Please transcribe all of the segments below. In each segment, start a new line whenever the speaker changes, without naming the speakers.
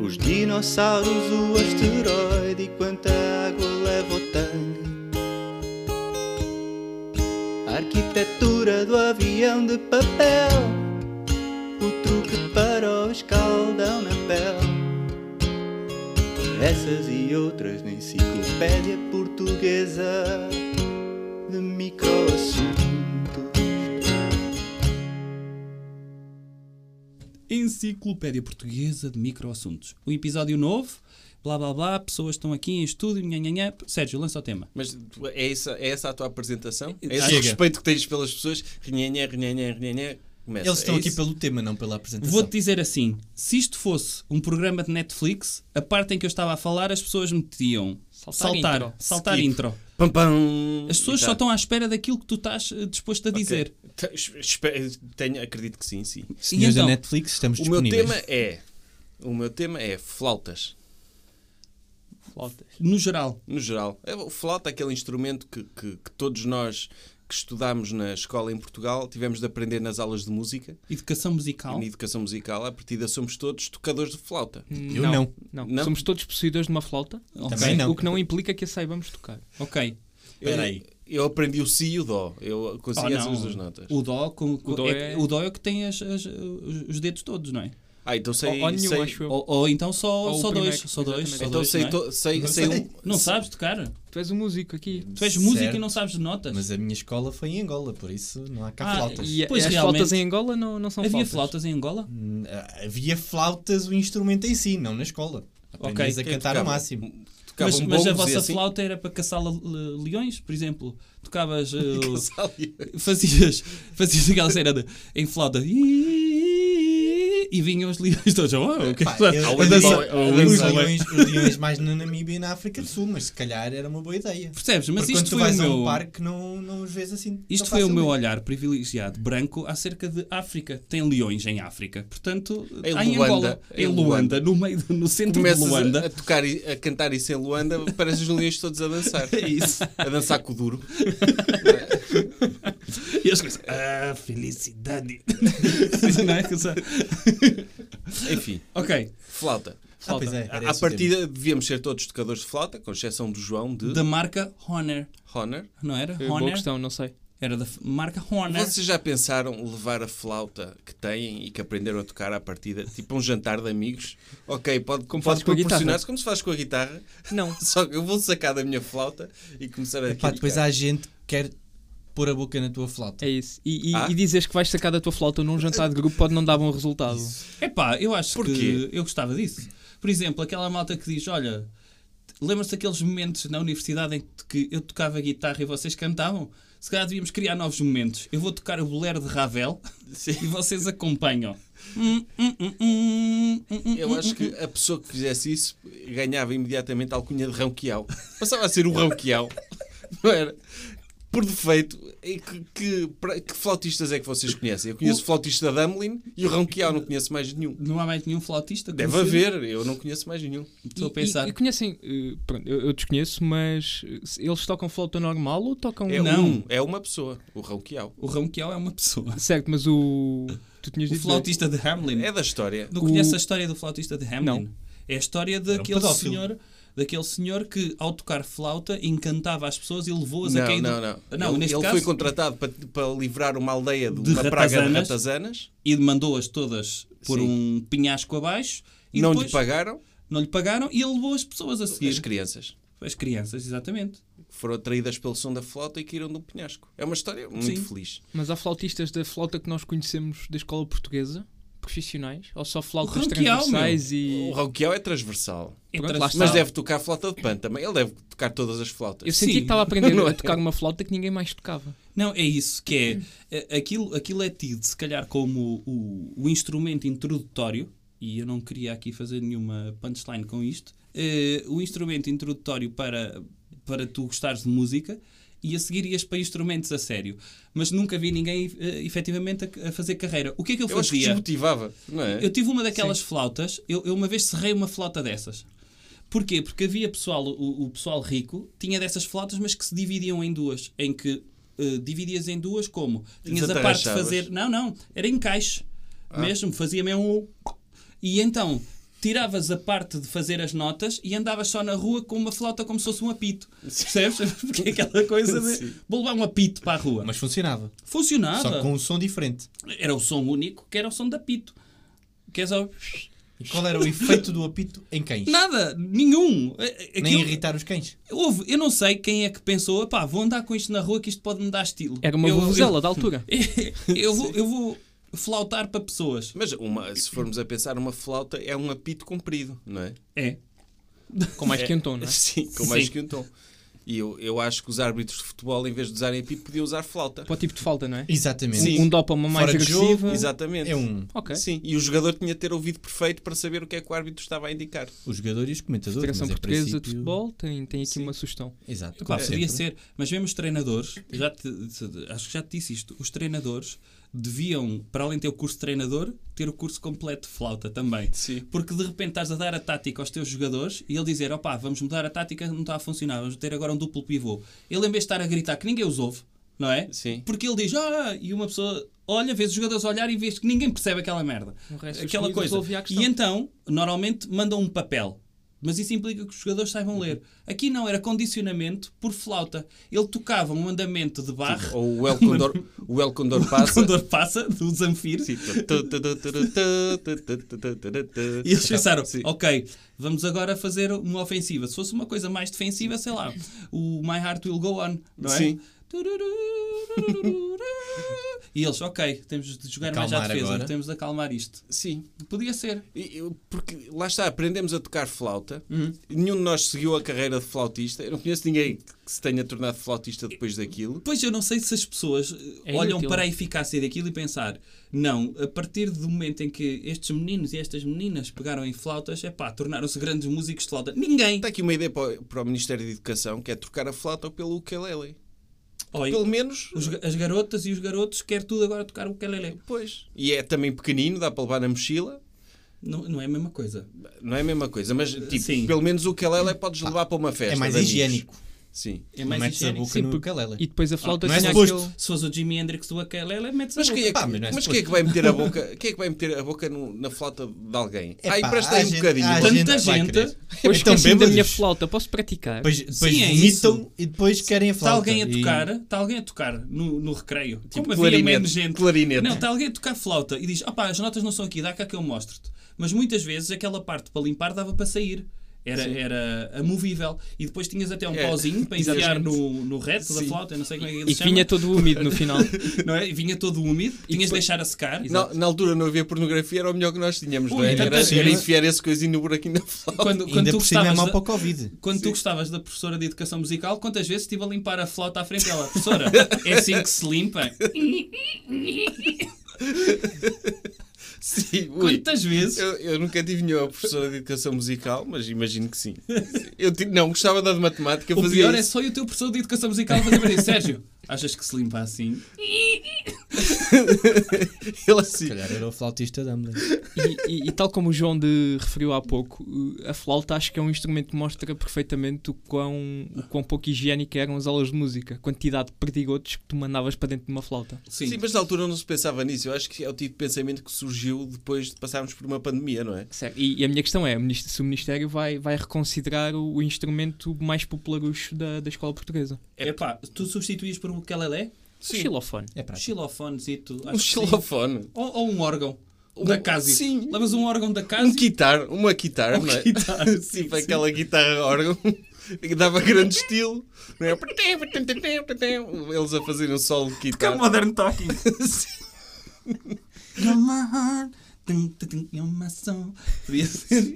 Os dinossauros, o asteroide e quanta água leva o tanque. A arquitetura do avião de papel, o truque para o escaldão na pele. Essas e outras na enciclopédia portuguesa de microassuntos.
Enciclopédia Portuguesa de Microassuntos. Um episódio novo, blá blá blá, pessoas estão aqui em estúdio, nhanhanhã. Sérgio, lança o tema.
Mas tu- é essa, é essa a tua apresentação? É esse
Chega.
o respeito que tens pelas pessoas? Rinhanhã, rinhanhã, rinhanhã. Começa.
Eles estão
é
aqui
isso?
pelo tema, não pela apresentação.
Vou-te dizer assim: se isto fosse um programa de Netflix, a parte em que eu estava a falar, as pessoas metiam
Saltar
saltar,
intro.
saltar
Skip.
intro.
Pam, pam.
As pessoas
E
só
tá.
estão à espera daquilo que tu estás eh, disposto a dizer.
Te- es- espe- Tenho, acredito que sim, sim.
Senhores
então?
da Netflix, estamos
O meu
disponíveis.
tema é. O meu tema é flautas,
Flautas.
No geral,
no geral. É, o Flauta é aquele instrumento que, que, que todos nós que estudámos na escola em Portugal tivemos de aprender nas aulas de música
educação musical.
e na educação musical. A partir da somos todos tocadores de flauta.
Eu não.
não.
Não?
Somos todos possuidores de uma flauta.
Ok.
Também não.
O que não implica que a saibamos tocar.
Ok.
Espera aí.
Eu aprendi o si e o dó. Eu
Assim,
consegui
Oh, não.
essas duas notas.
O dó, com, com-
dó
é,
é-
o dó é o que tem as- as- os, os dedos todos, não é?
Ah, então sei.
Ou- ou nenhum,
sei-
acho eu.
Ou, ou então só,
Ou o
só dois.
primeiro,
Só dois.
exatamente.
só
Então
dois,
sei,
não é?
to- sei,
Não
sei
sei.
um-
Não sabes tocar?
Tu és um músico aqui.
Tu és músico
Certo.
e não sabes de notas?
Mas a minha escola foi em Angola, por isso não há cá
é- Ah,
flautas.
E,
Pois,
as
realmente.
flautas em Angola não, não são
Havia flautas.
flautas.
em Angola?
Hum, ah, Havia flautas o instrumento em si, não na escola. Aprendias
Ok.
a cantar
tocava?
o máximo.
Tocava
Mas,
um
mas a
bongos e
vossa
assim.
flauta era para caçar le- le- leões, por exemplo? Tocavas. eh,
Sabe?
fazias, fazias aquela cena de, em flauta. E vinham os leões todos. Oh, okay.
Pá, eu-
A
eu-
dança-
eu-
a
Os
dança-
leões- os leões mais na Namíbia e na África do Sul, mas se calhar era uma boa ideia.
Percebes? Mas
Porque quando
isto foi
tu
o
vais a um
meu.
parque não, não os vês assim. tão
Isto foi o meu
facilmente.
olhar privilegiado branco acerca de África. Tem leões em África. Portanto,
Em
há em
Luanda.
Angola. Em
Em
Luanda, no meio do- no centro de
Começas
Luanda.
a, a tocar e a cantar isso em Luanda, pareces os leões todos a dançar.
É isso.
A dançar com o duro.
E as coisas. Ah, felicidade. Não é? Que só-
Enfim,
Ok.
flauta.
Ah, pois é, era
À
esse o tema.
partida devíamos ser todos tocadores de flauta, com exceção do João de
Da marca Honor.
Honor.
Não era?
É Boa
Honor?
questão, não sei.
Era da f- marca Honor.
Vocês já pensaram levar a flauta que têm e que aprenderam a tocar à partida, tipo um jantar de amigos? Ok, pode,
Como
pode
fazes com a guitarra.
proporcionar-se como se faz com a guitarra,
Não.
só que eu vou sacar da minha flauta e começar a.
Epá, depois
tocar.
há gente que quer pôr a boca na tua flauta.
É isso. E, e,
Ah?
e dizeres que vais sacar da tua flauta num jantar de grupo pode não dar bom resultado.
Epá, eu acho
Porquê?
que eu gostava disso. Por exemplo, aquela malta que diz: Olha, lembra-se daqueles momentos na universidade em que eu tocava guitarra e vocês cantavam? Se calhar devíamos criar novos momentos. Eu vou tocar o bolero de Ravel e vocês acompanham. Hum, hum, hum, hum, hum, hum,
Eu acho que a pessoa que fizesse isso ganhava imediatamente a alcunha de Ronquial. Passava a ser o Ronquial. Não era? Por defeito, e que, que- pra- que flautistas é que vocês conhecem? Eu conheço o flautista Damlin e o Ronquial, não conheço mais nenhum.
Não há mais nenhum flautista?
Deve
conhecido?
haver, eu não conheço mais nenhum.
Estou a
E-
pensar.
E, e conhecem, eh, pronto, eu, eu desconheço, mas eh, se- eles tocam flauta normal ou tocam.
É
Não.
um, é uma pessoa, o Ronquial.
O Ronquial é uma pessoa.
Certo, mas o. Tu tinhas
O
dito.
flautista de Hamlin.
É da história.
Não
O-
conhece a história do flautista de Hamlin?
Não.
É a história
um
daquele
pedófilo.
senhor, daquele senhor que ao tocar flauta encantava as pessoas e levou-as a
Não,
cair. do-
não, não.
Não,
ele
neste
ele
caso,
foi contratado para, para livrar uma aldeia de,
De
uma praga de
ratazanas.
ratazanas.
e mandou-as todas por
Sim.
um pinhasco abaixo e
Não
depois
lhe pagaram
não lhe pagaram e ele levou as pessoas a
as
seguir.
crianças.
As crianças, exatamente.
foram atraídas pelo som da flauta e caíram de um penhasco. É uma história muito
Sim.
feliz.
Mas há flautistas da flauta que nós conhecemos da escola portuguesa, profissionais, ou só flautas
O Ronquial, Oh,
transversais
O
e.
Raquel é transversal,
É
Pronto, lá
transversal.
mas deve tocar a flauta de pan também. Ele deve tocar todas as flautas.
Eu senti
Sim.
que estava a aprender a tocar uma flauta que ninguém mais tocava.
Não, é isso que é. é, Aquilo, aquilo é tido, se calhar, como o, o instrumento introdutório, e eu não queria aqui fazer nenhuma punchline com isto. eh, o instrumento introdutório para, para tu gostares de música e a seguir ias para instrumentos a sério. Mas nunca vi ninguém eh, efetivamente a, a fazer carreira. O que é que eu,
Eu acho que
fazia?
desmotivava, não é?
Eu tive uma daquelas flautas, eu, eu uma vez serrei uma flauta dessas. Porquê? Porque havia pessoal, o, o pessoal rico tinha dessas flautas, mas que se dividiam em duas, em que eh, dividias em duas como? Tinhas a parte de
Desatarrachavas.
Ah.
fazer. Não, não, era encaixe mesmo, fazia mesmo. um- E então tiravas a parte de fazer as notas e andavas só na rua com uma flauta como se fosse um apito. Percebes? Porque é aquela coisa de.
Sim.
Vou levar um apito para a rua.
Mas funcionava.
Funcionava.
Só com um som diferente.
Era o som único que era o som de apito. Que é só.
E qual era o efeito do apito em cães?
Nada, nenhum. A- a-
Nem
aquilo-
irritar os cães.
Houve, eu não sei quem é que pensou, pá, vou andar com isto na rua que isto pode me dar estilo.
Era uma
eu,
vuvuzela da altura.
Eu, eu vou, eu vou flautar para pessoas.
Mas uma, se formos a pensar, uma flauta é um apito comprido, não é?
É.
Com mais quentão, não é?
Sim, com mais que um tom. E eu, eu acho que os árbitros de futebol, em vez de usarem apito, podiam usar flauta.
Para o tipo de falta, não é?
Exatamente.
Sim.
Um dopa uma mais
Fora de jogo,
agressiva.
Exatamente.
É um.
Ok.
Sim, e o jogador tinha de ter ouvido perfeito para saber o que é que o árbitro estava a indicar.
Os jogadores e os comentadores.
Federação
mas em
Portuguesa de
princípio-
Futebol tem, tem aqui uma sugestão.
Exato.
Pá,
como
podia ser,
sempre.
mas mesmo os treinadores, já te- te- acho que já te disse isto, os treinadores deviam, para além de ter o curso de treinador, ter o curso completo de flauta também.
Sim.
Porque de repente estás a dar a tática aos teus jogadores e ele dizer, opá, vamos mudar a tática, não está a funcionar, vamos ter agora um duplo pivô. Ele em vez de estar a gritar que ninguém os ouve, não é?
Sim.
Porque ele diz, ah, e uma pessoa olha, vês os jogadores olhar e vês que ninguém percebe aquela merda.
O resto dos
Aquela
juízes
coisa.
ouve a questão.
E então, normalmente, mandam um papel. Mas isso implica que os jogadores saibam ler. Aqui não, era condicionamento por flauta. Ele tocava um andamento de barre,
Ou o El Condor, o El Condor passa.
quando passa, do Zamfir,
Sim.
E eles pensaram,
Sim.
ok, vamos agora fazer uma ofensiva. Se fosse uma coisa mais defensiva, sei lá, o My Heart Will Go On, não é?
Sim.
E eles, ok, temos de jogar mais à
Acalmar
defesa,
agora.
temos de acalmar isto.
Sim.
Podia ser.
E- eu- Porque lá está, aprendemos a tocar flauta.
Uhum.
Nenhum de nós seguiu a carreira de flautista. Eu não conheço ninguém que se tenha tornado flautista depois daquilo.
Pois eu não sei se as pessoas eh,
É
olham
inútil.
para a eficácia daquilo e pensar, não, a partir do momento em que estes meninos e estas meninas pegaram em flautas, é pá, tornaram-se grandes músicos de flauta. Ninguém!
Está aqui uma ideia para o, para o Ministério da Educação, que é trocar a flauta pelo ukulele.
Olha,
Pelo menos,
os ga- as garotas e os garotos quer tudo agora tocar o ukulele.
pois. E é também pequenino, dá para levar na mochila.
Não, não é a mesma coisa.
Não é a mesma coisa, mas tipo,
Sim.
pelo menos o ukulele podes levar para uma festa.
É mais
de amigos.
higiênico.
Sim.
É
Mas
mais
Metes a
higiênico.
boca
Sim,
no
porque-
ukulele.
E depois a flauta
não é
tinha
suposto.
aquele...
Se fosse o Jimi Hendrix do Aquelele, metes
Mas
a
quem é que,
Pá, mas não é
mas
suposto.
quem é que vai meter a boca, quem é que vai meter a boca no- na flauta de alguém?
É
Ai,
pá,
presta
há
aí um
gente-
bocadinho.
há
Tanta
vai
gente.
querer.
Hoje
Então
esqueci da minha
bêbados.
flauta, posso praticar?
Depois, depois
Sim, é
vomitam e depois querem a
Está
flauta.
alguém a
E-
tocar, está alguém a tocar no, no recreio. Tipo, havia
clarinete,
menos gente.
clarinete.
Não, está alguém a tocar flauta e diz: opá, as notas não são aqui, dá cá que eu mostro-te. Mas muitas vezes aquela parte para limpar dava para sair. Era, era amovível. E depois tinhas até um
É,
pauzinho para enfiar no, no reto da flauta, eu não sei como é que ele
E
se
que
chama.
vinha todo úmido no final.
não é? E vinha todo úmido, tinhas de
depois-
deixar a secar.
Na, na altura não havia pornografia, era o melhor que nós tínhamos, não
Ui,
é?
tanta
Era,
gente.
era enfiar esse coisinho no buraquinho da flauta.
Quando, quando
Ainda
tu
por cima é
gostavas
mau
da-
para o Covid.
Quando tu gostavas da professora de educação musical, quantas vezes estive a limpar a flauta à frente dela? Professora, é assim que se limpa?
Sim, ui.
Quantas vezes?
Eu, eu nunca tive nenhuma professora de educação musical, mas imagino que sim. Eu ti- não, gostava da de matemática,
O
fazia
pior é
isso.
só eu o teu professor de educação musical fazer para isso. Sérgio, achas que se limpa assim?
Ele assim.
Se calhar era o flautista da Amda.
E, e- e tal como o João de referiu há pouco, uh, a flauta acho que é um instrumento que mostra perfeitamente o quão, o quão pouco higiênica eram as aulas de música. A quantidade de perdigotos que tu mandavas para dentro de uma flauta.
Sim. mas na altura não se pensava nisso. Eu acho que é o tipo de pensamento que surgiu depois de passarmos por uma pandemia, não é?
Sério, E, e a minha questão é: o minist- se o Ministério vai, vai reconsiderar o, o instrumento mais popularucho da, da escola portuguesa?
É pá, tu substituías por um ukulele?
O xilofone.
É prático.
Xilofonezito. acho que
Um
sim.
xilofone,
Ou, ou um órgão.
Um-
da casa.
sim.
Levas um órgão da casa.
um guitar, uma
Um
guitarra, não é?
guitarra, sim,
tipo aquela guitarra órgão que dava grande estilo, não é? Eles a fazerem um solo de
Que é
guitarra.
modern talking. You're my heart. tum, tum, tum, You're my soul. Podia ser.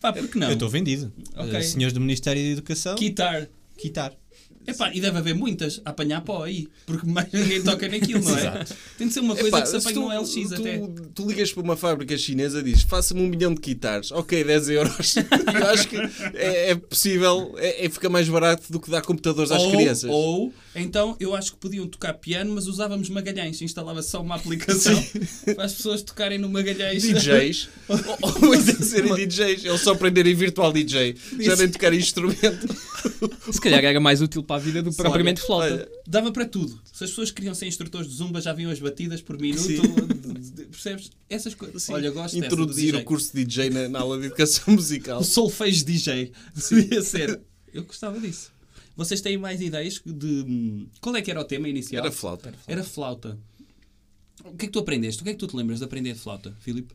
Pá, porque não?
Eu estou vendido.
Ok.
Eh, Senhores do Ministério da Educação,
Guitar.
quitar.
Epá, e deve haver muitas a apanhar pó aí, porque mais ninguém toca naquilo, não é? Tem de ser uma coisa
Epá,
que se
se
apanha
tu-
no LX
tu,
até.
tu ligas para uma fábrica chinesa e dizes faça-me um milhão de guitarras, ok, 10 euros. Eu acho que é, é possível, é, é- fica mais barato do que dar computadores às
ou,
crianças.
ou, então, eu acho que podiam tocar piano, mas usávamos Magalhães. Instalava só uma aplicação para as pessoas tocarem no Magalhães.
DJs, ou, ou ainda serem DJs, eles só aprenderem virtual DJ, já nem tocar instrumento.
Se calhar era mais útil para para a vida do que propriamente flauta.
Dava para tudo. Se as pessoas queriam ser instrutores de zumba, já vinham as batidas por minuto. Percebes? Essas coisas. Olha, gosto dessa do
Introduzir
DJ.
o curso de DJ na, na aula de educação musical.
O solfejo DJ. Devia ser. Eu gostava disso. Vocês têm mais ideias de... hum, Qual é que era o tema inicial?
Era flauta.
Era flauta. O que é que tu aprendeste? O que é que tu te lembras de aprender de flauta, Filipe?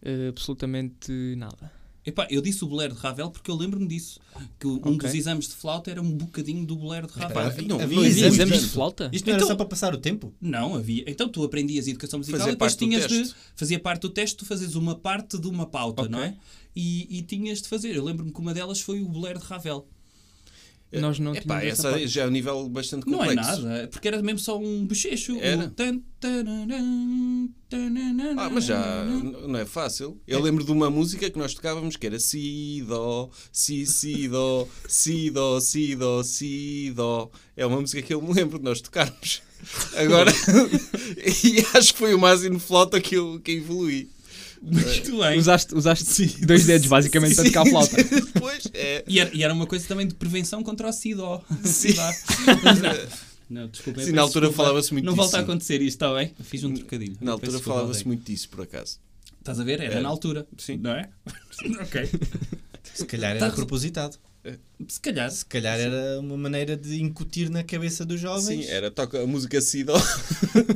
Eh, absolutamente nada.
Epá, eu disse o bolero de Ravel porque eu lembro-me disso. Que um
Ok.
dos exames de flauta era um bocadinho do bolero de Ravel.
Pá, não,
havia
não
Havia
exames
existe.
exames de
tanto.
flauta?
Isto não era
Então-
só para passar o tempo?
Não, havia. Então tu aprendias educação musical
Fazia
e depois
parte do
tinhas de.
teste.
Fazia parte do teste, tu fazes uma parte de uma pauta,
Ok.
não é? E, e tinhas de fazer. Eu lembro-me que uma delas foi o bolero de Ravel.
Nós não
Epá,
tínhamos essa
essa
parte.
já é um nível bastante
Não
complexo.
é nada, porque era mesmo só um bochecho.
Era.
O tan, tananan, tananan,
Ah, mas já n- não é fácil. Eu lembro de uma música que nós tocávamos que era Si, Dó, Si, Si, Dó, Si, Dó, Si, Dó, Si, Dó. É uma música que eu me lembro de nós tocarmos. Agora, e acho que foi o máximo de flauta que eu que evoluí.
Muito
Eh,
bem.
Usaste, usaste dois dedos basicamente para tocar a flauta.
Depois, é.
E era, e era uma coisa também de prevenção contra o SIDO. Não, desculpa.
Sim, na altura falava-se muito
Não
disso,
volta a
sim.
acontecer isto, está bem? Fiz um trocadilho.
Na
Peço
altura
desculpa,
falava-se
Aldeia.
muito disso, por acaso.
Estás a ver? Era
Era.
na altura.
Sim.
Não é? ok.
Se calhar era
Tá-
propositado.
Se calhar.
Se calhar era uma maneira de incutir na cabeça dos jovens.
Sim, era toca a música Si, Dó,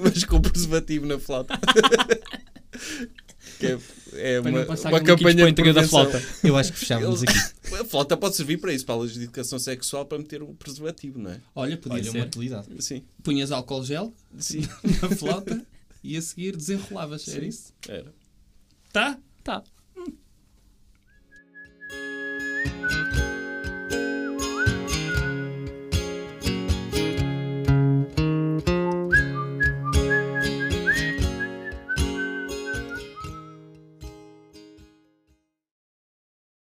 mas com preservativo na flauta. Que é, é
Para
uma,
não passar
uma
com líquidos para o
campanha de
interior da
prevenção.
flauta.
Eu acho que fechávamos aqui.
A flauta pode servir para isso, para aulas de educação sexual, para meter um preservativo, não é?
Olha, podia
Olha,
ser.
uma utilidade.
Sim.
Punhas álcool gel
Sim.
na flauta e a seguir desenrolavas. Era isso?
Era.
Tá?
Tá.